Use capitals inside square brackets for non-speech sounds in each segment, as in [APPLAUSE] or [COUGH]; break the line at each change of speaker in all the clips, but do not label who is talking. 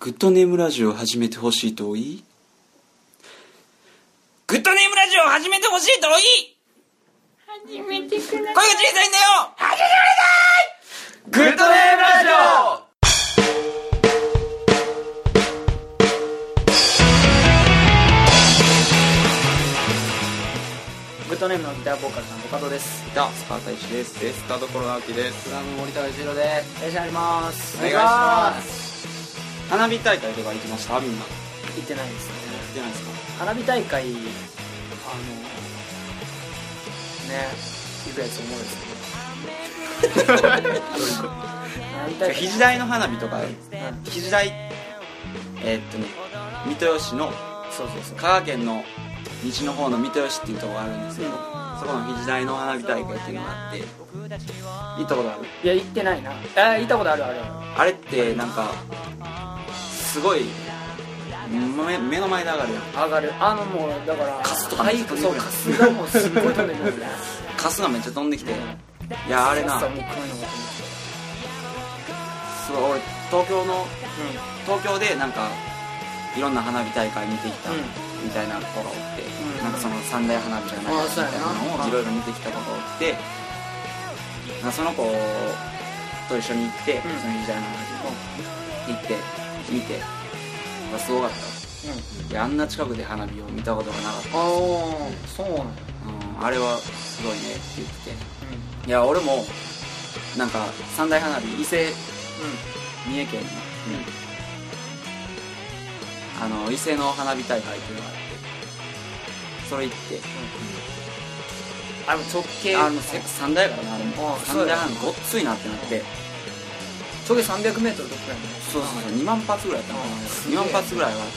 グッドネームラジオを始めてほしいといい
グッドネームラジオを始めてほしいといい
始めてくだ
声が小さいんだよ始められないグッドネームラジ
グッドネームのギターボーカルさんコカドです
オスパータイチですベスタードコロナウキです
ドラム森田一郎ですよろしくお願いします
お願いします
花火大会とか行きましたみんな行
行ってないですね
ってないですか
花火大会あのね行くやつ思うんですけど花 [LAUGHS] 火大会
肘台の花火とか
うん
肘台えーっとね三豊市の
そうそうそう
香川県の西の方の三豊市っていうところがあるんですけどそこの肘台の花火大会っていうのがあって行ったことある
いや行ってないなあ行ったことあるあるあ
あれってなんかすごい目目の前で上がるやん
る上がるあのもうだからカ
スとかめっちゃ飛んで
そう
くる
カスがもうすっごい飛んでくる [LAUGHS] んだよ
カスがめっちゃ飛んできていやあれな
さもう来るのかと思って
すごい俺東京の東京でなんかいろんな花火大会見てきた
うん
みたいな子がおって、
うん
なんかその三大花火じゃない
あ
み
そうや
たい
な
なのをいろいろ見てきた子がおってなんかその子と一緒に行って、
ん
その時代の花火を行って見てまあすごかった
うんうん
いやあんな近くで花火を見たことがなかった、
ああそうなんだ
うん、あれはすごいねって言ってていや俺もなんか三大花火伊勢
う
三重県の、あの伊勢の花火大会というのがあってそれ行っ
んあの直
て
径
あのせ三台かなあれも
あそ
三
うや
台半ごっついなってなって
直径 300m とかやね
そうそうそう2万発ぐらいだった
あす
の
げ
2
え
万発ぐらいはあっ
う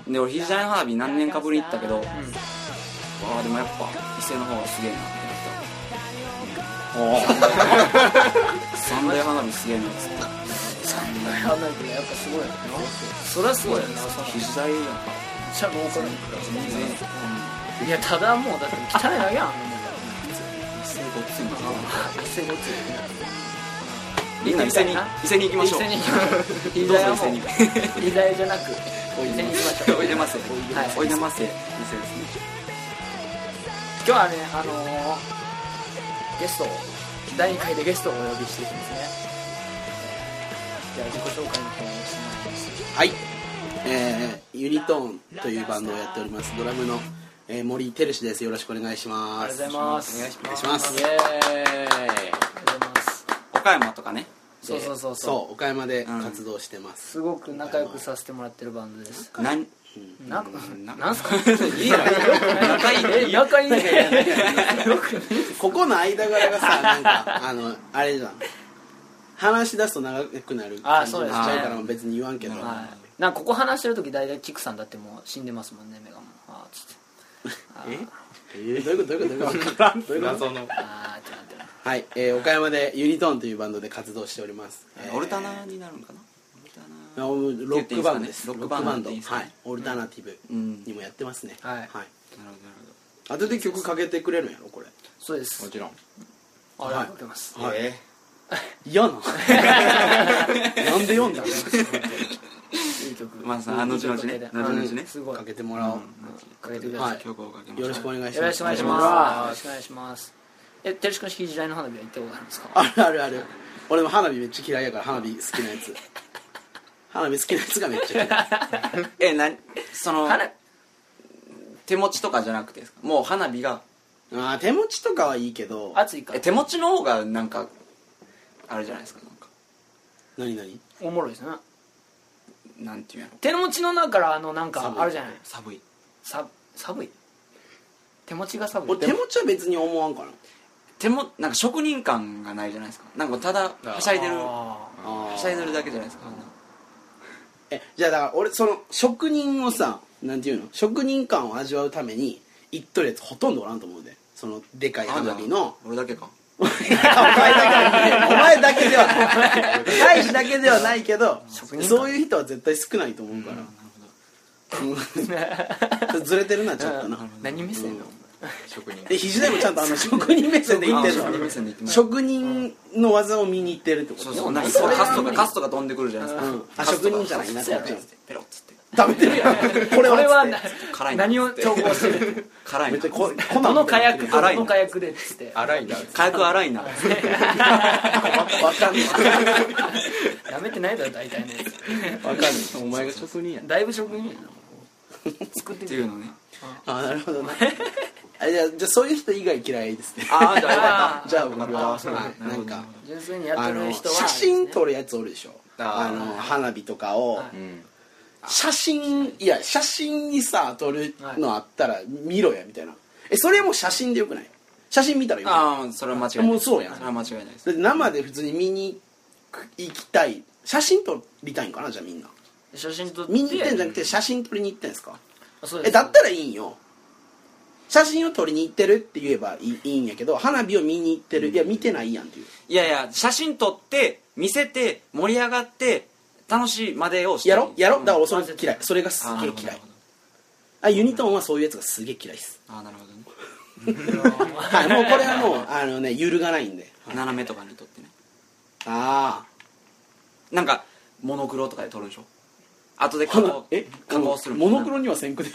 ん
てで俺肘台の花火何年かぶりに行ったけど、わ
うん
あでもやっぱ伊勢の方がすげえなってなったおお [LAUGHS] 三大花火すげえなっつって
[LAUGHS] やんないけどやっぱすごいよなそりゃすごいよなそのめっ
肘台やっ
ちゃローカル
ぱ全然、
いやただもうだって汚いだけやんあんなもん
うん、伊勢ごっついな
伊勢ごつい
みんな伊勢に伊勢に行きましょう
伊勢に行きましょう
どうぞ伊勢に
偉大じゃなくおいでに行きましょう
おいでます
はい
おいでます伊勢ですね
今日はねあのーゲストを第2回でゲストをお呼びしていきますねじゃあ自己紹介の方をしてもらいます
はい、えー、ユニトーンというバンドをやっておりますドラムの、えー、森照志ですよろしくお願いします
ありがとうございます
お願いします
イエーイありがとうございます
岡山とかね
そうそうそうそう
そう岡山で活動してます、
すごく仲良くさせてもらってるバンドです
なん
なん
な
かなんすか
いいや仲いいね
え仲いいねよくね
ここの間柄
[LAUGHS]
がさなんかあのあれじゃん話し出すと長くなる
あ
感じ
そう
が
で
し
す
ち
ね
ゃうから別に言わんけど、
はいなんかここ話してる時大体キクさんだってもう死んでますもんね目がもうあーつって
えーどういうことどういうことど
[LAUGHS]
ういうことどういうこと
の
あーってなってる
はい、えー、岡山でユニトーンというバンドで活動しております、えー
オルタナになるんかなオルタナ
あロックバンドです
ロック
ロック
バ
バ
ン
ン
ド
ド
っていうんですか
はいオルタナティブ
うん
にもやってますね、
はい
はい
なるほどなる
後で曲かけてくれるんやろこれ
そうです
ちろん
あれ受けます
はい
え
嫌 [LAUGHS] ななんで読んだ
いい曲
まあさあ後々ね
いい曲で
後々ね
うんすごい
か
か
けてもらおう、
けてくだ
は
さ
ほど曲をかけま
いよろしくお願い
い
します
よろしくお願いしますよろしくお願いしますえ、てるしくん式時代の花火は行ったことあるんですか
あるあるある俺も花火めっちゃ嫌いやから花火好きなやつ花火好きなやつがめっちゃ嫌い
えなその
花
手持ちとかじゃなくてですかもう花火が
あー手持ちとかはいいけど
熱いか
え手持ちの方がなんかあれじゃないですかなんか
何何
おもろいですね
なんていうんやろ
手の持ちの中からあのなんか
寒い
あるじゃない
寒い
さ寒い手持ちが寒い
俺手持ちは別に思わんから
手もなんか職人感がないじゃないですかなんかただはしゃいでるは
あー
あ
しゃいでるだけじゃないですか
えじゃあだから俺その職人をさなんていうの職人感を味わうために行っとるやつほとんどおらんと思うでそのでかい花火の
俺だけか
お前だけお前だけではない大使だけではないけど
人
そういう人は絶対少ないと思うから、ずれてるなちょっとな
何見せんの、
職人
え肘でもちゃんとあの職人目線で行ってる
職人目線で行って
の
ます
職人の技を見に行ってるってこと
そうそう
で
な
も
ん
な
か
ん
カ
かそれ
スとかカスとか飛んでくるじゃないですか、
うんあ職人じゃない
カ
な
スとかカスとかペロッつって
食べてるやんこ
こ
れ
れ
は
は
っつ
な
って
辛いな
何を調合して
[LAUGHS]
る
辛い
め
な
っちゃこ粉
どの火薬と
荒いな
どの火薬でっつって
荒いな
火薬荒いな
わかんない
やめてないだろ大体ね
わかんないお前が職人や
だいぶ職人やな作って
って
る
いうのね
あなるほどねあじゃあじゃあそういう人以外嫌いですね
あ [LAUGHS] あじゃあよか
あー
じゃあ僕は
あそうなんだ
はいなんか
純粋にやっ
あ
てる
の
人は
写真撮るやつおるでしょ
あ
あ
ー
の花火とかを
は
う
い
ん
写真いや写真にさ撮るのあったら見ろやみたいなえそれも写真でよくない写真見たらよくない
ああそれは間違いない
もうそうやん
それは間違いないです
だって生で普通に見に行きたい写真撮りたいんかなじゃあみんな
写真撮って
見に行ってんじゃなくて写真撮りに行ってんですか
あそうです
えだったらいいんよ写真を撮りに行ってるって言えばいいいいんやけど花火を見に行ってるいや見てないやんっていう
いやいや写真撮って見せて盛り上がって楽しいまでをして
やろやろだから
うん
俺それ嫌いそれがす
あー
げ
な
え
るほど
嫌いあユニトーンはそういうやつがすげえ嫌い
[LAUGHS]
です
あーなるほどね
はいもうこれはもうあのね揺るがないんで
斜めとかに撮ってね
あ
なんかモノクロとかで撮るんでしょ後で
あ
加工
え
加工する
モノクロには先駆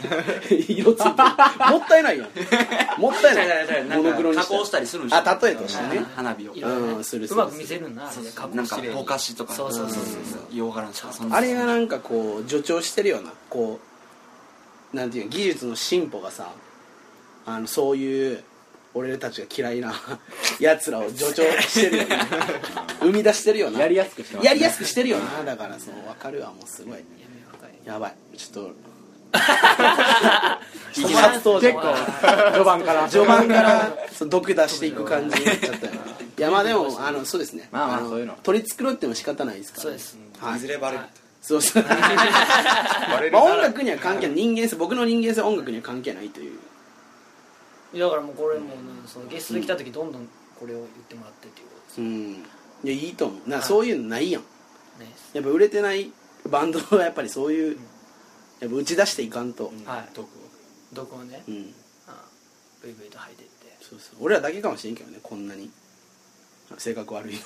で色ついてる [LAUGHS] もったいないやんもっ
[LAUGHS]
たいない
モノ
モノ
ク
ク
ロ
ロ
に
に
加工したりするんでしょ
あ例えとしてね
うん花火を
色々ね
うんするす
う
る
まく見せるなあれで加工
なんか
綺麗に
ぼかしとか
そうそうそうそうん
ようわからんしそんな
あれがなんかこう助長してるようなこうなんていうの技術の進歩がさあのそういう俺たちが嫌いな [LAUGHS] やつらを助長してるよ [LAUGHS] ね生み出してるよなやりやすくしてやりやすくしてるよなだからその分かるわもうすご
い
い
やめようかい
やばいちょっと
結
初登場
序盤から
序盤からその毒出していく感じになっちゃったよないやまあでもあのそうですね
まあまあ
の
そういうの
取り繕っても仕方ないですから
そうです
はい
いずれバレる
そ
[LAUGHS]
うそう
バレる
まあ
な
音楽には関係ない人間性僕の人間性は音楽には関係ないという
だからもうこれもうそのゲストで来た時どんどんこれを言ってもらってっていうことです
うんいやいいと思うな
はい
そういうのないやん
ね
やっぱ売れてないバンドはやっぱりそういうやっぱ打ち出していかんと
はい
どこ
どこをね
うん
あブイブイと吐いてって
そうそう俺らだけかもしれんけどねこんなに性格悪い [LAUGHS] の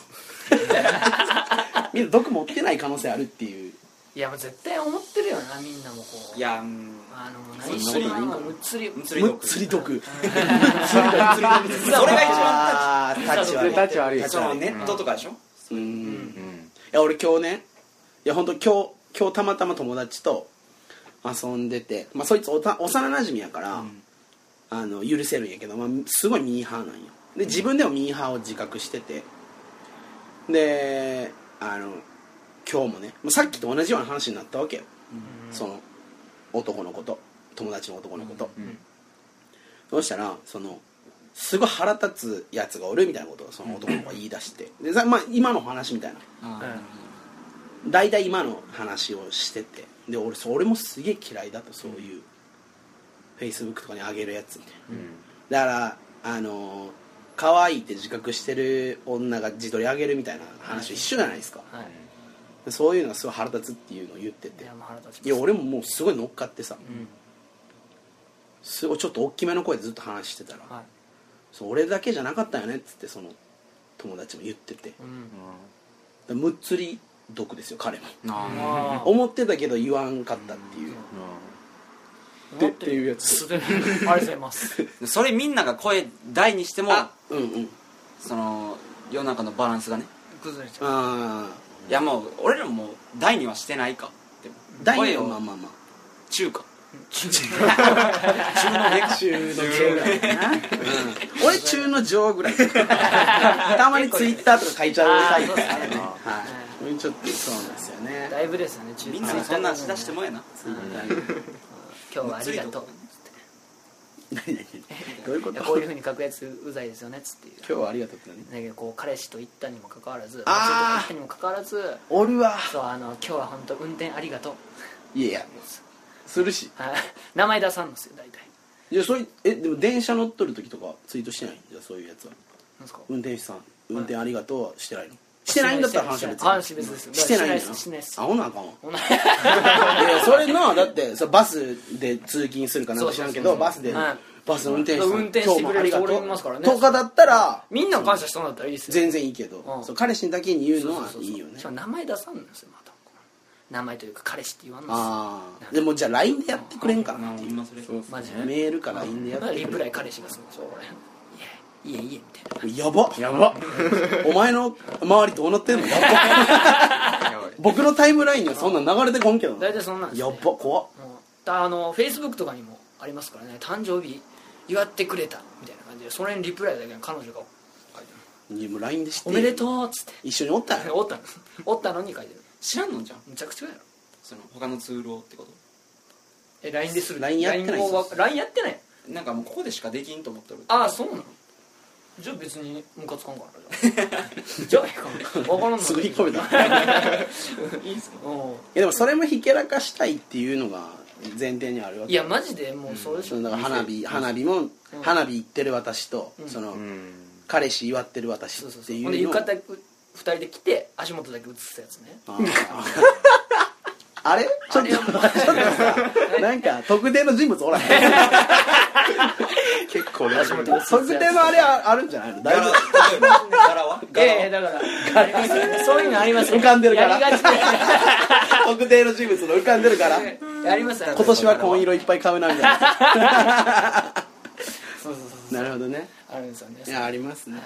みんな毒持ってない可能性あるっていう
いやもう絶対思ってるよなみんなもこう
いやうん
あのもう
そんなこと
何して
ない
も
んだ
もうむっつり
むっつり
むっつり毒
[LAUGHS] それが一番
あータッチ悪い
タッチ
悪い
そのネットとかでしょ
う
うん
うんん
いや俺今日ねいや本当今日今日たまたま友達と遊んでて、まあ、そいつおた幼なじみやから、あの許せるんやけど、まあ、すごいミーハーなんよで自分でもミーハーを自覚しててであの今日もね、まあ、さっきと同じような話になったわけよ、その男の子と友達の男の子と、
うん
そうしたらそのすごい腹立つやつがおるみたいなことをその男の子が言い出してで、さまあ、今の話みたいな
あーなるほ
大体今の話をしててで俺それもすげえ嫌いだとそういうフェイスブックとかに上げるやつみたいなだからあのー可愛いって自覚してる女が自撮り上げるみたいな話と一緒じゃないですか、
はい
そういうのがすごい腹立つっていうのを言って
い
て
やもう腹立ちます
いや俺ももうすごい乗っかってさ、
うん
すごいちょっと大きめの声でずっと話してたら、
はい
そう俺だけじゃなかったよねっつってその友達も言ってて
うん
でむっつり毒ですよ彼も
どなあ
まあ
思ってたけど言わんかったっていう、
思
っていうや
[LAUGHS]
つ
ありがとうございます
でそれみんなが声大にしても
うんうん
その世の中のバランスがね [LAUGHS]
崩れちゃう
ああ
いやもう俺らも大にはしてないかでも
大
声
の
を
まあまあま
中華
あ中の上ぐらいかな、うん、俺中の上ぐらいたまにツイッターとか書いちゃうタイプだからね
あ
はい俺ちょっとそうなんですよね
だいぶですよね中
みんなそんなんしだしてもええな
ツイッターに
今日はありがとう
何何何どういうこ
い
と
やこういうふうに書くやつうざいですよねっつっていう
今日はありがとうって何
だけどこう彼氏と行ったにもかかわらず街とか
あー
行ったにもかかわらず
おるわ
そうあの今日は本当運転ありがとう
いやいやするし
はい名前出さんのっすよ大体
いやそれえでも電車乗っとる時とかツイートしてないじゃあそういうやつは
なんすか
運転手さん運転ありがとうはしてないのしてないんだったら話は別
話別ですよ
してないんだ
しないですしないです
あほなあかんわ
お前
いやそれなだってそれバスで通勤するかなんか知らんけ
そ
ど
うそうそう
バスで
はい
バスの運転手さん
運転してくれる人
今日もありがとう
俺いますからね
とかだったら
[LAUGHS] みんな感謝しそうなんだったらいいですよ
全然いいけど、
うん
そう彼氏だけに言うのは
そうそう
い
そう
いよね
しかも名前出さんのですよまた名前というか彼氏って言わんの
ああでもじゃあ LINE でやってくれんかなっていう
今それ
ですよマジで
メールか LINE でやっ
だから
て
リ
く
プ
れ
ライ彼氏がするんでしょこれいえいえいえみたいな
やば
やば
お前の周りどうなってんのやば
[LAUGHS]
やばい
僕のタイムラインにはそんなん流れてこんけどな
大体そんなんです
や
ね
ば怖っ
もうだあのフェイスブックとかにもありますからね誕生日祝ってくれたみたいな感じでそれにリプライだけの彼女が
いやもう LINE で
「
して
おめでとう」っつって [LAUGHS]
一緒におったんや
おったのおったのに書いてる
知らんのじゃん
むちゃくちゃやろ
その他のツールをってこ
え LINE でする
LINE やってない
LINE を LINE やってない
となんかもうここでしかできんと思っとる
ああそうなのじゃあ別にムカつかんからじゃあじゃあええか分からんの
すぐ引っ込めたい
いいんすか
うん
やでもそれもひけらかしたいっていうのが前提にあるわけ
いやマジでもうそれでし
そ
ょ、
のだから花火花火も、花火行ってる私と、
うん
その、
うん
彼氏祝ってる私
そうそう
っ
そ
て
う
いう
ほ
の
んで浴衣く二人で来て足元だけ映すやつね
あーあれちょっとちょっとさなんか特定の人物おらへん
[LAUGHS] 結構俺初めて
特定のあれああるんじゃないの大丈夫
例えば柄はい
やいやだからありますよねそういうのありますよ
浮かんでるから
やりがちだよ
特定の人物の浮かんでるから
ねやりますよね
今年は紺色いっぱい買うなみたいな
そうそうそう
なるほどね
あるんですよね
いやありますね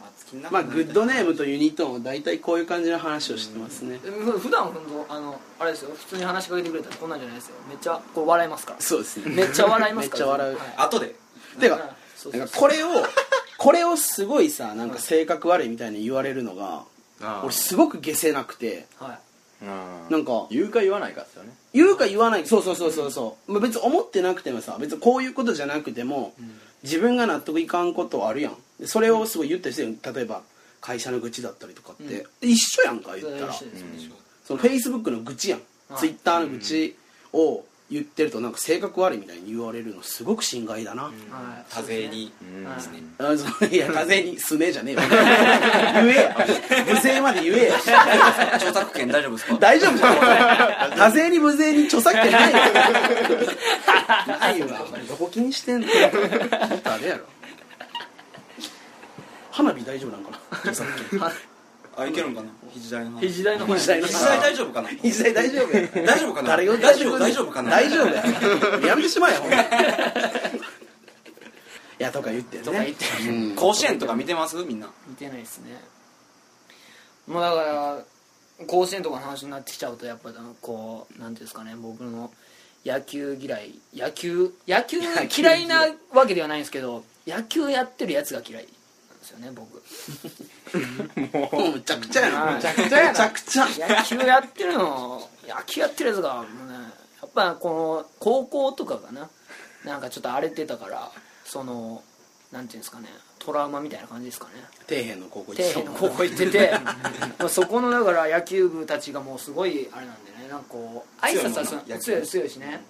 まあ月な
まあグッドネームとユニットも大体こういう感じの話をしてますね
ふ普段本当あのあれですよ普通に話しかけてくれたらこんなんじゃないですよめっちゃこう笑いますから
そうですね
めっちゃ笑いますから
めっちゃ笑う
は
後で
い
てか
うんそうそう
なんかこれをこれをすごいさなんか性格悪いみたいに言われるのが
あ
俺すごく下せなくて
はい
な
なんか
言うか言わないかですよね
言うか言わないそうそうそうそうそう、まあ別に思ってなくてもさ別にこういうことじゃなくても、自分が納得いかんことあるやんでそれをすごい言ったりしてる例えば会社の愚痴だったりとかって、
うん
一緒やんか言ったら
それは一緒です
うん
そのフェイスブックの愚痴やん
はい
ツイッターの愚痴を言ってるとなんか性格悪いみたいに言われるのすごく心外だな、
はい
多勢に
うん
はい
ですね
あそういや風にすねじ
[LAUGHS]
ゃねえよ言えや無勢まで言えや
著作権大丈夫ですか
大丈夫じゃん多勢に無勢に著作権ないよないわどこ気にしてんのもっとあれやろ花火大丈夫なんか [LAUGHS] な
あいけるんかな肘代の話
肘大の
肘大の
肘代大丈夫かな
一大丈夫や
大丈夫かな
誰が
大丈夫大丈夫かな
大丈夫ややめてしまえよほんまいやとか言ってね
とか言って
うん
甲子園とか見てますみんな
見てないですねもうだから甲子園とかの話になってきちゃうとやっぱりあのこうなんていうんですかね僕の野球嫌い野球野球嫌いなわけではないんですけど野球やってるやつが嫌いなんですよね僕
もうむちゃくちゃやな
はい
むちゃくちゃやなむちゃくちゃ
野球やってるの野球やってるやつがもうねやっぱこの高校とかがななんかちょっと荒れてたからそのなんていうんですかねトラウマみたいな感じですかね
底辺の高校行
底
ってた
辺の
もんな
高校行っててまあそこのだから野球部たちがもうすごいあれなんでねなんかこう挨拶はす
強いもんな野球
強い強いしね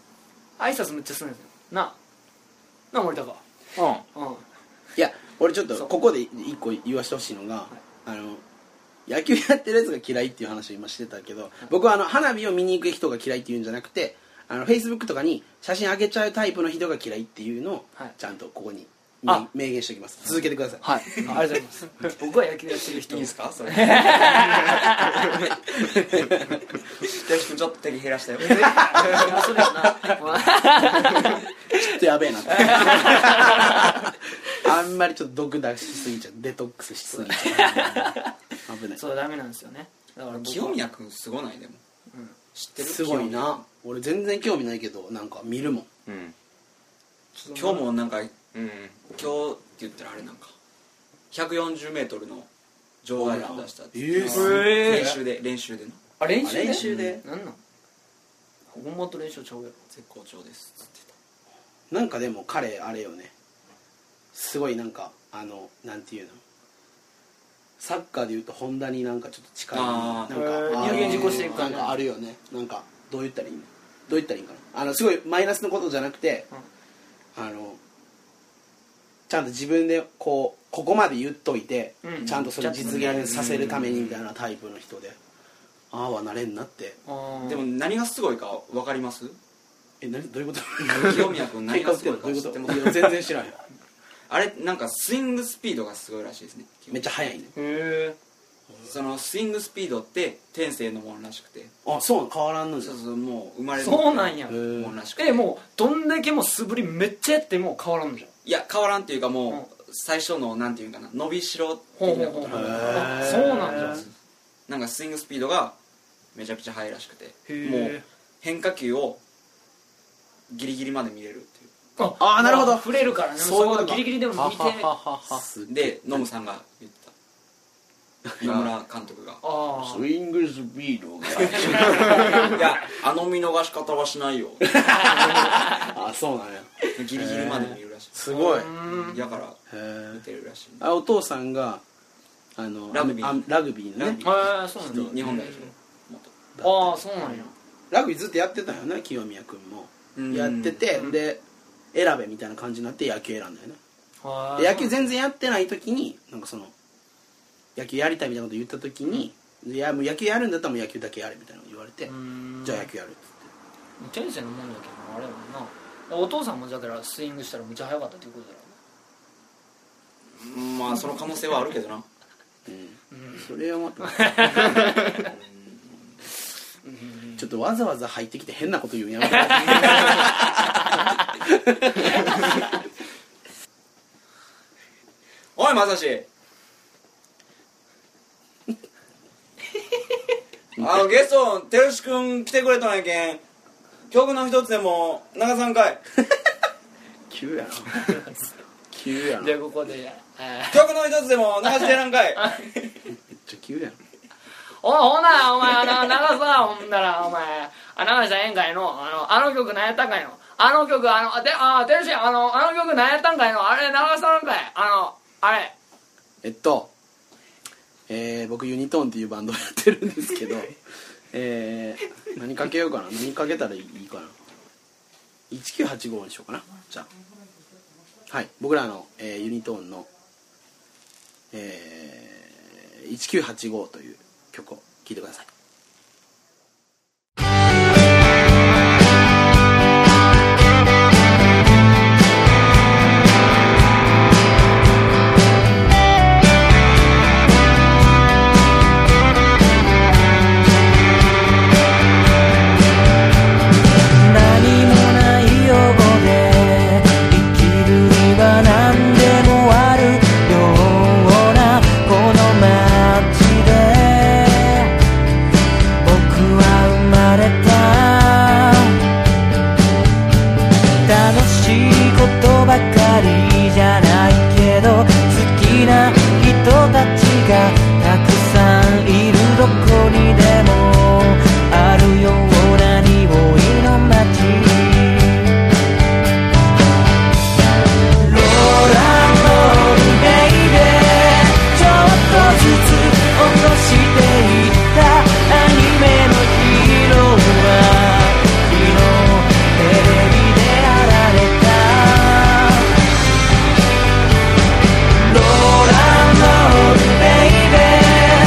挨拶めっちゃするんですよなあなあ森高うんはい
や俺ちょっ
そ
と
う
ここで一個言わしてほしいのが、あの野球やってるやつが嫌いっていう話を今してたけど、僕はあの花火を見に行く人が嫌いっていうんじゃなくてあのフェイスブックとかに写真上げちゃうタイプの人が嫌いっていうのを
はい
ちゃんとここに
あ
明明言しておきます続けてください、
ありがとうございます僕は野球やってる
い
人
いんすかそれ [LAUGHS] 大志くんちょっと敵減らしたよ
あそうだよな
ちょっとやべえなってあんまりちょっと毒出しすぎちゃうデトックスしすぎちゃう危な
[LAUGHS]
い
そうダメなんですよねだから僕は
清宮くんすごないでも
うん
知ってる
すごいな俺全然興味ないけどなんか見るもん
うん
清宮今日もなんか今
うん
日って言ったらあれなんか1 4 0ルの場外乱出したって
え
いう
ー
すごい
練習で練習での
あ練習
あ練習で
なんなん本番と練習ちゃうやろ
絶好調ですっつってた
なんかでも彼あれよねすごいなんかあのなんていうのサッカーでいうとホンダになんかちょっと近いな
あ
ん
ー
か
へー
あの
有言実行していく
な
感
ん
じ
かあるよねなんかどう言ったらいいのどう言ったらいいんかなあのすごいマイナスのことじゃなくて、あのちゃんと自分でこうここまで言っといて、
うん
ちゃんとそれ実現させるためにみたいなタイプの人で、ああはなれんなって
あー
でも何がすごいか分かります
え何どういうこと
清宮君何がすごいか
どういう
知
こ
って
とい
ます
や全然知らんよ
あれなんかスイングスピードがすごいらしいですね
めっちゃ速いね
へえ
そのスイングスピードって天性のものらしくて
あそうなん変わらんのじゃ
そ
ん
うそうもう生まれ
そうなんや
へー
もんらしくて
えもうどんだけもう素振りめっちゃやっても変わらんのじゃん
いや変わらんっていうかもう最初のなんていうんかな伸びしろ
ほう
的
ほ
な
うほ
こ
う
とな
ほう
の
あそうなんじゃんへ
なんかスイングスピードがめちゃくちゃ速いらしくてもう
え
変化球をギリギリまで見れるっていう
あ
あーなるほど
まあ触れるからね
そういうことか
そギリギリでも見てあ
す
でノムさんが言
[LAUGHS]
った野村監督が
あー
イングスピードが
「いやあの見逃し方はしないよ」
[LAUGHS] あそうなんや
ギリギリまで見るらしい
すごいへ
うーん
だから見
え
てるらしいね
あお父さんがあの
ラグビー
あラグビー
ラ
の
グ
ね
ビ
あーそうなんだ
日本代表元
ああそうなんや
ラグビーずっとやってたよね清宮君も
うん
やってて、
うん
で選べみたいな感じになって野球選んだよね
は
で野球全然やってない時になんかその野球やりたいみたいなこと言った時に、いやもう野球やるんだったらもう野球だけやれみたいなの言われて、じゃあ野球やるっつって
天性のもんだけどなあれやもんなお父さんもだからスイングしたらむっちゃ早かったっていうことだよ
うんまあその可能性はあるけどな
うんそれはまたちょっとわざわざ入ってきて変なこと言うんやめて
おいまさ [LAUGHS] しあのゲストの照志くん来てくれたんやけん曲の一つでも流さんか [LAUGHS] い
急やな急やな
じ
め
ゃ
っ
あここでえー
曲の一つでも流してやらん [LAUGHS] かい
ちゃ急やな
おほなお前あの長さほんならお前あ長さんんかいのあのあの曲なんやったんかいのあの曲あのあてあ天性あのあの曲なんやったんかいのあれ長さんかいあのあれ
えっと、えー僕ユニトーンっていうバンドをやってるんです [LAUGHS] けど、えー何かけようかな何かけたらいいかな1985にしようかなじゃあはい僕らの、えーユニトーンの、えー1985という曲を聴いてください
何もないようで生きるには何でもあるようなこの街で僕は生まれた楽しいことばかりじゃないけど好きな人たちがたくさんいるどこにでもあるような匂いの街ローランドルベイベーちょっとずつ歩いて落としていったアニメのヒーローは昨日テレビでやられたローランドルベイベ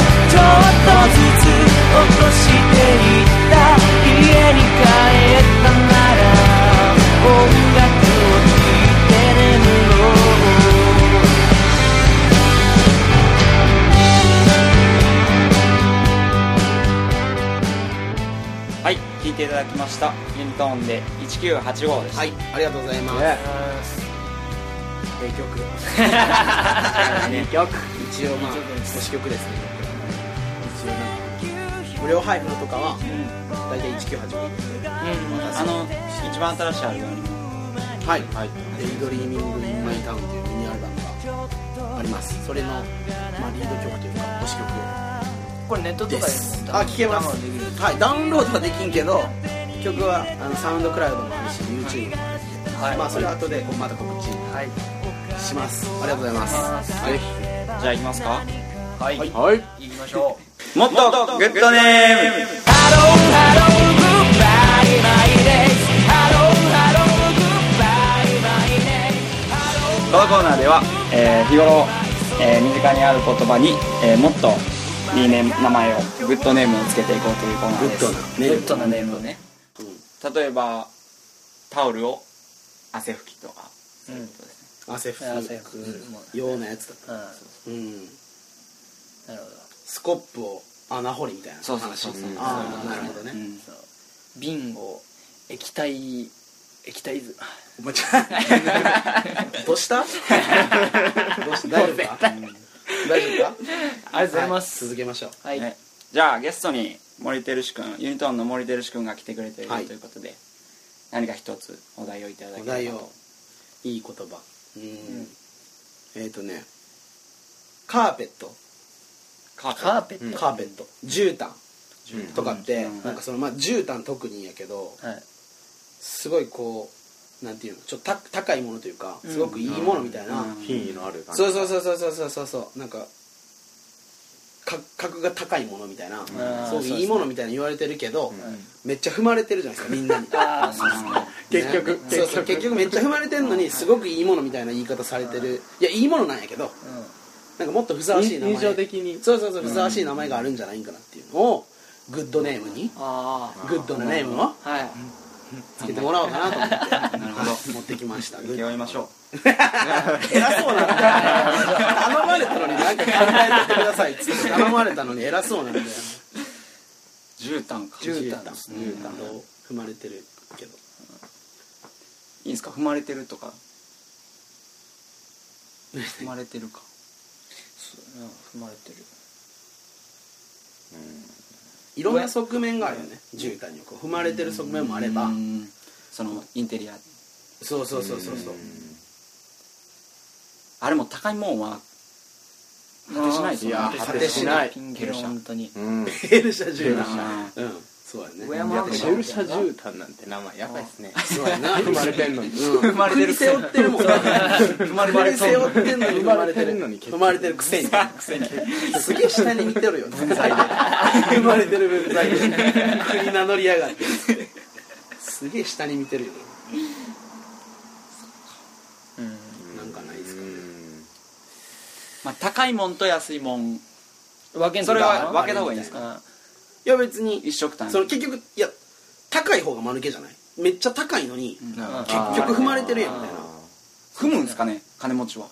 ーちょっとずつ落としていった家に帰ったなら音楽を聴いて「テレムロー」
はい聴いていただきましたユニトーンで1985でした、
はいありがとうございます、ええ曲
ね
[LAUGHS] 一応まあ推し曲ですね一応なんか無料配布のとかは大体1985
あの一番新しいアルバムにも
はい、はい、で「ドリーミング・イン・マイ・タウン」というミニアルバムがありますそれの、まあ、リード曲というか推し曲
これネットと
で
かですも
あ聴けます
ダウンロードできる
はいダウンロードはできんけど曲はあのサウンドクラウドもあるし YouTube もあるし、
はい
まあそれは後でこうまた告知
はい
しますありがとうございますはい
じゃあ行きますか
はい、はい、
はい
行きましょう
もっとグッドネーム
「ハローハローグッバイマイデイズ」「ハローハローグッバイマイデイズ」
このコーナーでは、えー日頃、えー身近にある言葉に、えーもっといい、ね、名前をグッドネームをつけていこうというコーナーです
グッドなネーム
グッドなネームをね、例えばタオルを汗拭きとかそういうことですね、
汗
汗拭
拭
くも
くようなやつだ
うん
うん
なるほど
スコップを穴掘りみたいな
そうそうそうそう
話ああなるほど
う
ね
ん
そう瓶を液体液体ず
おもちゃ
どうしたどうした大丈夫か大丈夫か
ありがとうございます
続けましょう
はい、
ねじゃあゲストに森照志くんユニトーンの森照志くんが来てくれている
はい
ということで、何か一つお題をいただ
お
け
題
れば
を
と
いい言葉うんえっ、とねカーペット
カーペ
カ
ッ
ーペット、
カーペット絨毯とかって、
うん
なんかそのまあ絨毯特にやけど、
はい
すごいこうなんていうのちょっとた高いものというか
うん
すごくいいものみたいな、
品位のある感じ
そうそうそうそうそうそうそうそうなんかか格が高いものみたいな、
ん
そう
そうですね
いいものみたいな言われてるけど、めっちゃ踏まれてるじゃないですかみんなに
ああそうですね
結局
ねそうそう結局めっちゃ踏まれてんのにすごくいいものみたいな言い方されてるいやいいものなんやけどなんかもっとふさわしい名前
印象的に
そうそうそうふさわしい名前があるんじゃないんかなっていうのをグッドネームに
あ
グッドなネームを
あはい
つけてもらおうかなと思って
トなるほど
[LAUGHS] 持ってきました
請け負いましょう
偉そうなんだ頼まれたのになんか考えてくださいっつって頼まれたのに偉そうなんだよ
絨毯か
絨
い
毯絨毯を踏まれてるけど
いんですか踏まれてるとか踏まれてるか
そううん踏まれてる
いろんな側面があるよね絨毯にこう踏まれてる側面もあれば
うんそのインテリア
そうそうそうそうそう
あれも高いもんは果てしないですよ
あ
ね
ーいや
果てしない
ピンゲロ本当に
うん
ペルシャ絨
あ
毯うんそうやね
上山
やっぱシェルシャ
みたいな
絨毯なんて名前やばいっすね
[LAUGHS] そうやな
生まれてんのに
踏まれてる背負ってるもん踏まれ背負ってんのに踏まれてる
生まれてんのに
踏まれてるくせにすげえ下に見てるよ文在で生まれてる文在で国名乗りやがってすげえ下に見てるよなんかないです
ま
か
あ高いもんと安いもん
分けんと
それは
か
分けた方がいいんですか
あ
いや別に
一色単位
その結局いや高い方が間抜けじゃないめっちゃ高いのに
うん
結局踏まれてるやんみたいな
踏むんですかね金持ちは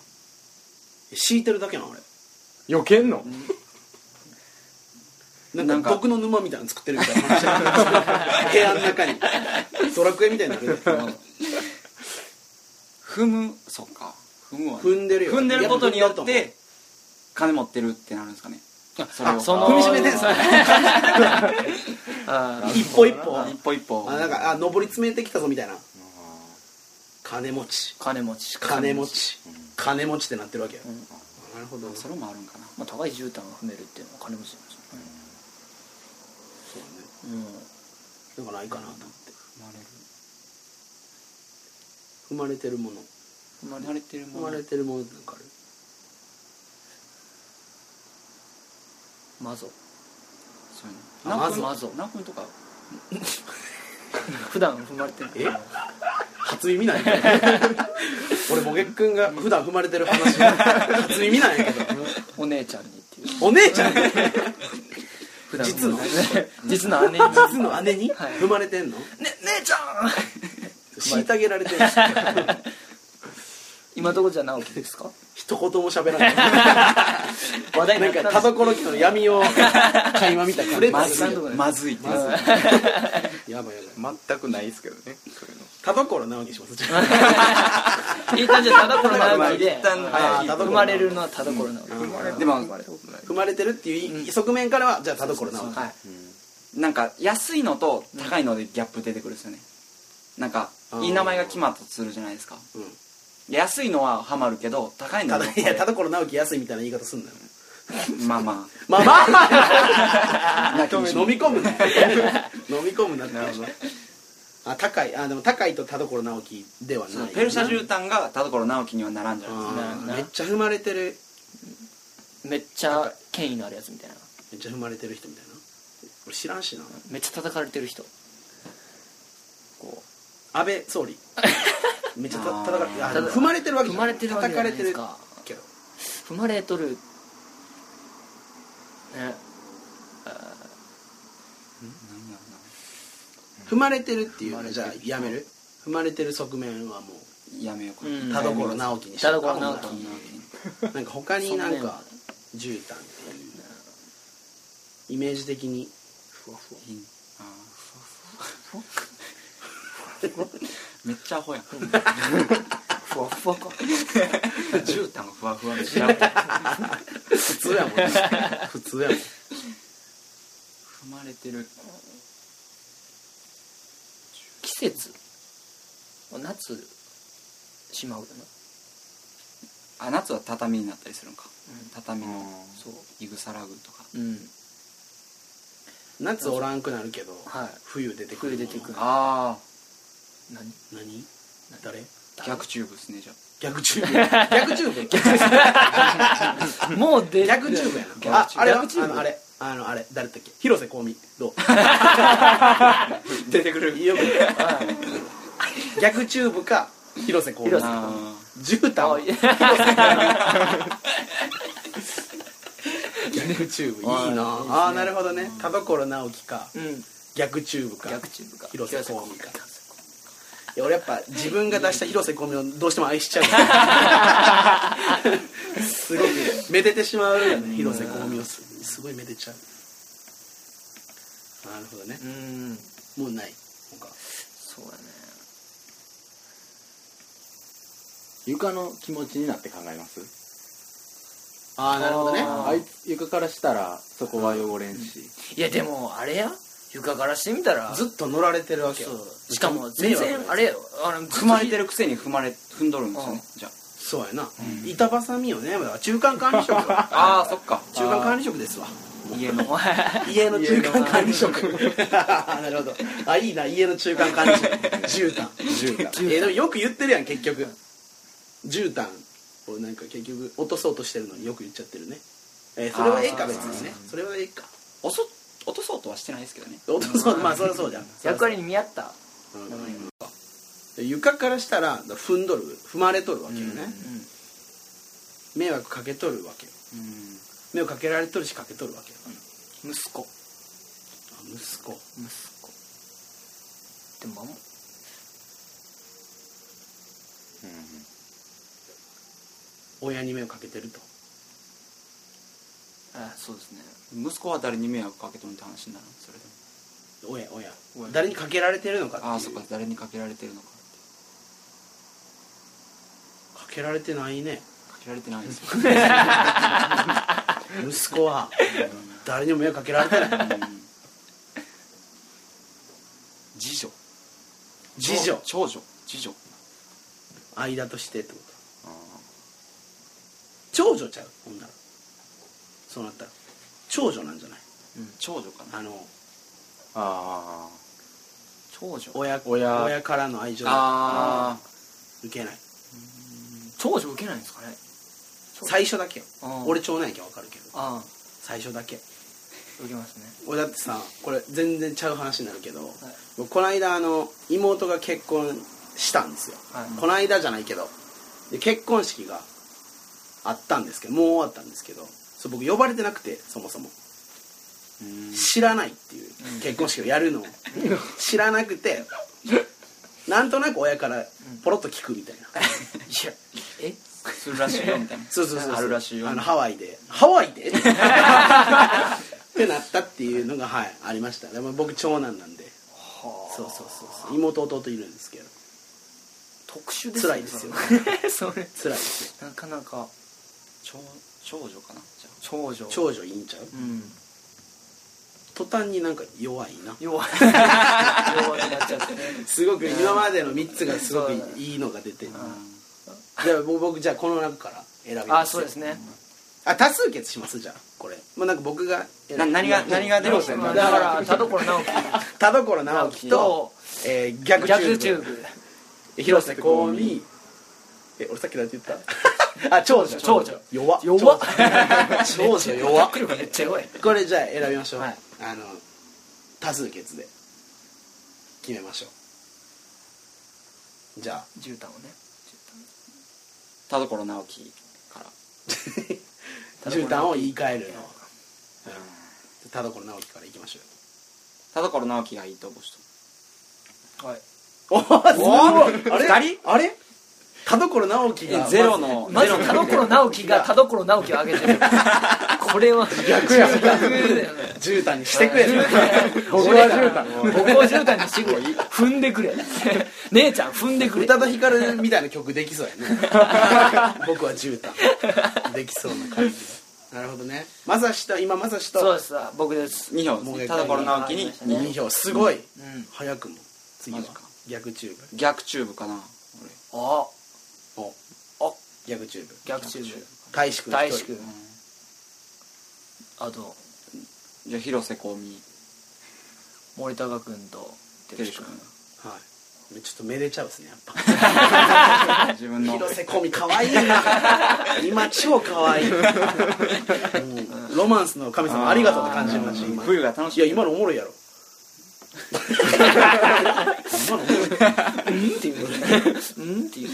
敷いてるだけなのあれ
避けんの
なんか毒の沼みたいなの作ってるみたいな話な
[LAUGHS]
んですけど部屋の中にドラクエみたいになるよ
踏むそっか踏むは
踏んでるよ
踏んでることによっ
いや踏んで
て金持ってるってなるんですかねそれを
その
踏みしめてんすね
あ
一歩一歩
一歩一歩
あなんかあ上り詰めてきたぞみたいな金持ち
金持ち
金持ち金持ちってなってるわけよ、なるほど
それもあるんかな
まあ高い絨毯を踏めるっていうのは金持ちなんですよね
そう
う
ねなんかないかなと思って
踏まれる
踏まれてるもの
踏まれてる
踏
も
ま
ん
れてるものってなんかある
んマ
そ
ゾ
ういう
あ
の
ま
ナ
ず
ックンナックンとか
普段踏まれてる
え初耳なんやけど俺もげっくんが普段踏まれてる話初耳なんやけど
お姉ちゃんにっていう
お姉ちゃん
普段
実の
実の姉に
実の姉に
はい
踏まれてんの
ね姉ちゃん
虐げられてる
今どこじゃ直樹ですか
一言も喋らない
話題になん
な
ったんで
か
す
タバコの木の闇を垣間見た感じ
ま
や
ず
ば
い
い
まずいってやつ
やばい
全くないっすけどねそういうの
タバコの直樹しますじゃあ
一旦じゃあ田所直樹で
一旦
はい
生まれるのは田所直樹
でも
踏まれてるっていう側面からはじゃあ田所直樹
はい
なんか安いのと高いのでギャップ出てくるんですよねなんかいい名前が決まったとするじゃないですか
うん
安いのはハマるけど高いのは
ただいや田所直樹安いみたいな言い方すんなよ
まあま
まあまあま
あなき
あ
にし
飲
も
み込むな飲み込むなってあ高いあでも高いと田所直樹では
そう
ない
ペルシャ絨毯が田所直樹にはならんじゃないですか
あー
な
めっちゃ踏まれてる
めっちゃ権威のあるやつみたいな
めっちゃ踏まれてる人みたいな俺知らんしな
めっちゃ叩かれてる人こ
安倍総理めっちゃた
あー
叩かれてあでも踏まれてるわ
う
け
踏
じゃ
ま
な
れ
い
てるわけ
叩
じゃな
かれ
い
て
です
る
か
けど
踏まれとるね
踏まれてるっていうのはじゃあやめる踏まれてる側面はも
やめようか
うん
う田所直樹に
田所直
樹
樹
なんか他になん
そんな
か絨毯っていうイメージ的にふわふわ
あーめっちゃアホやんふわふわか [LAUGHS] 絨毯ふわふわでしらん踏
普通やもんね普通やもん
まれてる
季節夏しまうよな
あ夏は畳になったりするんか、
うん
畳の
そう
イグサラグとか
うん
夏おらんくなるけど、
はい
冬出てく
冬
る
出てくる
あ
何
何誰
あ逆チューブっすねじゃ
逆チューブ逆チューブ逆チュー
もう出
ブ逆チューブや
逆チューブ
なああれは
[LAUGHS] 逆チュー
あ
ブ
のあれあのあれ誰だっけ広瀬香美どう出てくるよく [LAUGHS] 逆チューブか広瀬香美
広瀬
あ
絨毯は
あ
逆チューブいいなああーなるほどね田所直樹か
うん
逆チューブか
逆チューブか
広瀬香美かいや俺やっぱ自分が出した広瀬香美をどうしても愛しちゃ
[LAUGHS]
うすごくめでてしまうよね広瀬香美をすすごいめでちゃうなるほどね
うん
もうない他
そうだね
床の気持ちになって考えます
ああなるほどね
あー
あいつ床からしたらそこは汚れんし、
いやでもあれや床からしてみたら
ずっと乗られてるわけよ
しかも全
迷惑
然あれよあ [LAUGHS] の
ー踏まれてるくせに踏まれ踏んどるんですよねじゃ
そうやな板挟みよねだから中間管 [LAUGHS] 理職中
ああーそっか
間管理職ですわ
家の
[LAUGHS] 家の中間管理職 [LAUGHS] なるほどあいいな家の中間管理職絨毯
絨毯
えーでもよく言ってるやん結局絨毯をなんか結局落とそうとしてるのによく言っちゃってるね、えーそれはええか
あー
別にねそれはええか
落そ落とそうとはしてないですけどね
落とそうまあそりゃそうじゃん
[LAUGHS] 役割に見合った
うんで床からしたらだから踏んどる踏まれとるわけよね、迷惑かけとるわけよ
うん
迷惑かけられとるしかけとるわけよ、
息子
あ息子
息子でも守
親に迷惑かけてると
あそうですね
息子は誰に迷惑かけとんって話になるのそれでも
親親
親
誰にかけられてるのかっていう
ああそっか誰にかけられてるのか
かけられてないね
かけられてないですよ
息子は誰にも迷惑かけられてない
[LAUGHS] 次女
次女
長女次女
間としてってこと長女ちゃうほんならそうなったら長女なんじゃない
長女かな
あの
あ
長女
親
親
親からの愛情
あ
受けない
長女受けないんですかね
最初だけよ
あー
俺長男やけん分かるけど
あ
最初だけ
あ受けますね
俺だってさこれ全然ちゃう話になるけど、僕この間あの妹が結婚したんですよ、
はい
この間じゃないけどで結婚式があったんですけどもう終わったんですけどそう僕呼ばれてなくてそもそも知らないっていう結婚式をやるのを知らなくてなんとなく親からポロッと聞くみたいな、
いやえ
あするらしいよみたいな
そうそうそうそう
あるらしいよ
あのハワイでハワ
[LAUGHS]
イでってなったっていうのがはいありましたでも僕長男なんでそうそうそうそう妹弟いるんですけど
特殊
辛いですよ
[LAUGHS] それ
辛いですよ
それなかなか
長長女かなじゃあ
長女
長女いいんちゃう
うん
途端になんか弱いな
[LAUGHS] 弱い弱くなっちゃってね
すごく今までの3つがすごくいいのが出てるじゃあ僕僕じゃあこの中から選びますよ
あそうですね
あ多数決しますじゃあこれもうなんか僕が選ぶ
[LAUGHS] な何が何が出るんです
だ
か
から田所直
田所直
樹
樹と、えー逆チューブ
逆チューブ
広瀬香美え俺さっきなんて言った [LAUGHS] あ長女
長女
弱
弱っ
[LAUGHS] 長女弱
握力めっちゃ弱い
これじゃあ選びましょう、
はい
あの多数決で決めましょうじゃあ
絨毯をね
田所直樹から
絨毯を言い換えるの、うん田所直樹からいきましょ
田所直樹がいいと思う人
はいう
おーすごいあれ
二人
あれ田所直樹が
ゼロの
ま
ゼ
ず
ロ
田所直樹が田所直樹を挙げてるこれは逆や逆だよね
絨毯にしてくれ
僕は絨毯僕は絨毯にしてくれ踏んでくれ [LAUGHS] 姉ちゃん踏んでく
宇
れ
多田ヒカルみたいな曲できそうやね僕は絨毯できそうな感じがなるほどねまさしと今まさし
そう
と
です僕です
2票です
もう
ね
一
田
回
所直樹に
2票すごい
うん
早くも次は
マジか
逆チューブ
逆チューブかな
あ
お
お
逆チューブ
逆中部
大志くん
大
一
志く
人
んあと
じゃあ広瀬香美
森高君と
照
哲
君
君
はいちょっとめでちゃうですねやっ
[LAUGHS]
ぱ
自分の
広瀬香美可愛
[LAUGHS]
いな今超可愛い、うん、ロマンスの神様ありがとうって感じました今
冬が楽し
いや今のおもろい
[LAUGHS]
やろ今のおもろい
うんっていううんっていう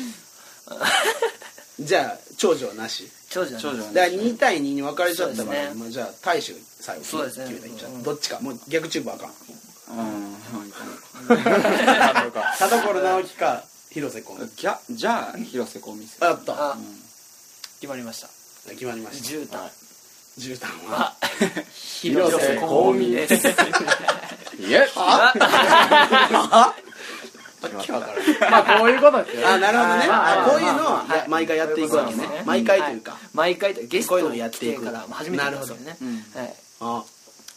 じゃあ長女はなし
長女
長女
は
は
だから2対2に分かれちゃったから、
そうですね
まあ、じゃあ大衆最後
そうですね
決めたらいいんちゃう
うん
どっちかもう逆チューブあかん
うん
田所直樹か広瀬香美
じゃじゃあ広瀬香美っす
あっ
あ
た
決まりました
決まりました
絨毯
絨毯は
広瀬香美です
イエス
あ
わけわからん
まあこういうことですよ
あなるほどね
まあ
あこういうのは
まあ
や毎回やっていくわけね
そうですね
毎回というか
毎回とゲス
こういう
ト
のや
や
っ
ってて
いく
から初めてですよね
うん
はいあ
あ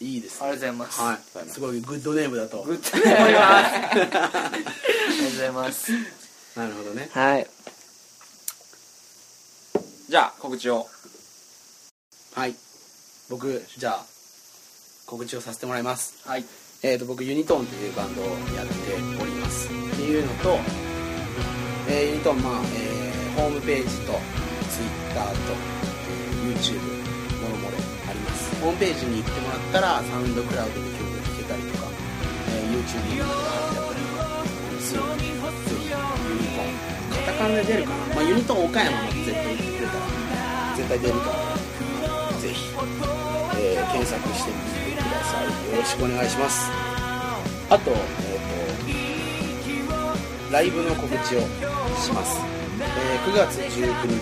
いいです
りがとうご
ね
ざいます
は
はい
いすごいグッドネームだと
グッド [LAUGHS] ネームありますありがとうございます
なるほどね
はい
じゃあ告知を
はい僕じゃあ告知をさせてもらいます
はい
えー、と僕ユニトーンというバンドをやっておりますっていうのと、えーユニトーン、まあえーホームページと Twitter と、えー YouTube もろもろありますホームページに行ってもらったらサウンドクラウドで曲が聴けたりとか、えー YouTube にも貼ってあったりとかするのでぜひユニトーンカタカナで出るかな、まあ、ユニトーン岡山も絶対言ってくれたら絶対出るからぜひ、えー検索してみてくださいよろしくお願いしますあと,、えー、とライブの告知をします、えー9月19日土曜日に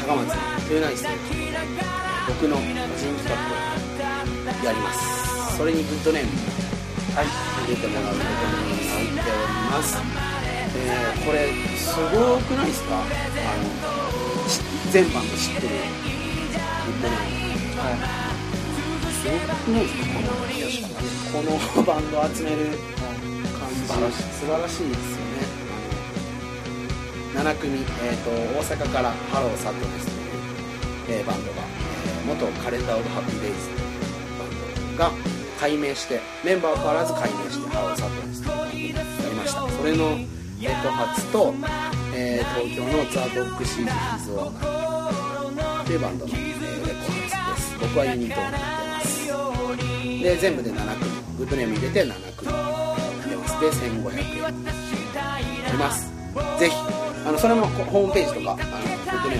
高松のトゥーナイスで僕の個人企画をやりますそれにグッドネームはい入れてもらうことになっております、えーこれすごくないですかあのし全般の知ってるグッドネームすごくないですかこのこのバンドを集める感じ素晴らしいですよね7組、えー、と大阪からハローサットですという、えーバンドが、えー元カレンダー・オブ・ハッピー・デイズというバンドが改名してメンバーを変わらず改名してハローサットですというバンドになりましたそれの、えー、と初と、えー東京のザ・ボックシーズ・ヒズ・オーナーというバンドの、えーレコードです僕はユニットをやってますで全部で7組グッドネーム入れて7組やってますで1500円ありますぜひあのそれもこホームページとかあのグッドネー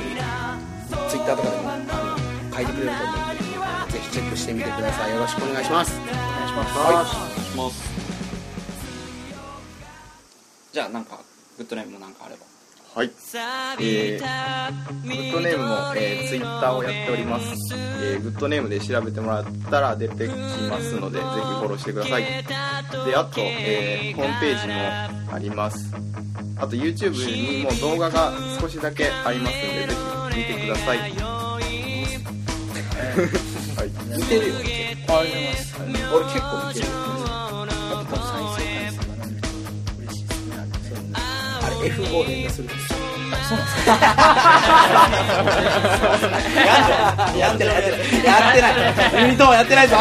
ムツイッターとかでもあの書いてくれると思うんでぜひチェックしてみてくださいよろしくお願いします
お願いします
はい
じゃあなんかグッドネームもなんかあれば
はい、えー、グッドネームも、えー、ツイッターをやっております、えー、グッドネームで調べてもらったら出てきますのでぜひフォローしてくださいであと、えーホームページもありますあと YouTube にも動画が少しだけありますのでぜひ見てくださいはい
似てるよ
ありがとうございます
俺結構似てる
やっぱこの再生回数がなんか嬉しいですね
あれ F5 連打するんですよやってないやってないやってないユニトーンやってないぞ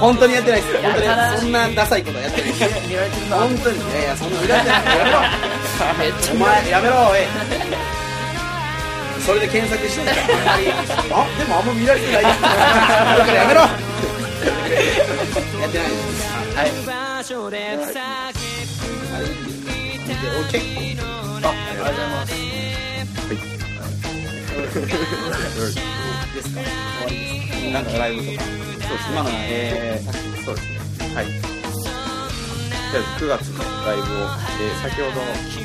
本当にやってないです本当にそんなダサいことはやってないです
見られてるな
本当にいやいやそんな見られてないやめろ
めっちゃ
お
見られて
前やめろおいそれで検索してんだからあんまりあでもあんま見られてないだからやめろやってないですはい、はい、俺結構
るあありがとうございます
ですから終わりです
なんかライブとかそうです今のえー
そうですねはい
りあえず9月のライブを、えー先ほ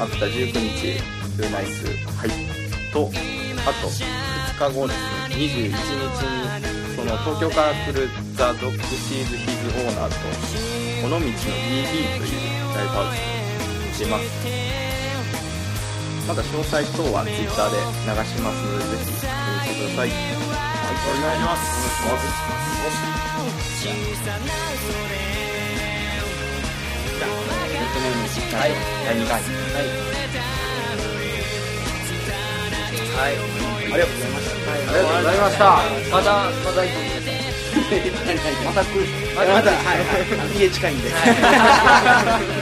どあった19日「トゥーナイス」はい、とあと2日後ですね21日にその東京から来る「ザ・ドッグシーズ・ヒズ・オーナー」と「尾道の BB」というライブハウスに出ますまだ詳細等は Twitter で流しますのでぜひ見てくださいお願いしますお願いします
はい
第2回
はい
ありがとうございましたありがとうございました
またまた行く
[LAUGHS]
また来るまたはいはいあの家近いんで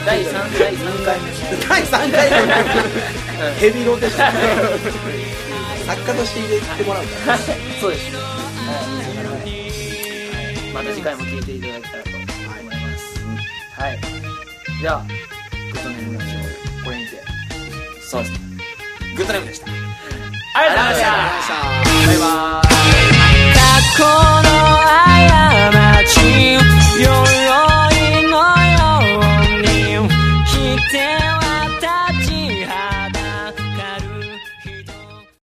第三第三回
第3回 [LAUGHS] ヘビー [LAUGHS] ローテーション作家として入れてもらうから
そうですねまた次回も聞いていただけたらと思いますはいじゃあグッドネームの話をこれにて
そうですねグッドネームでした
ありがとうございましたバイバーイ
過去の過ち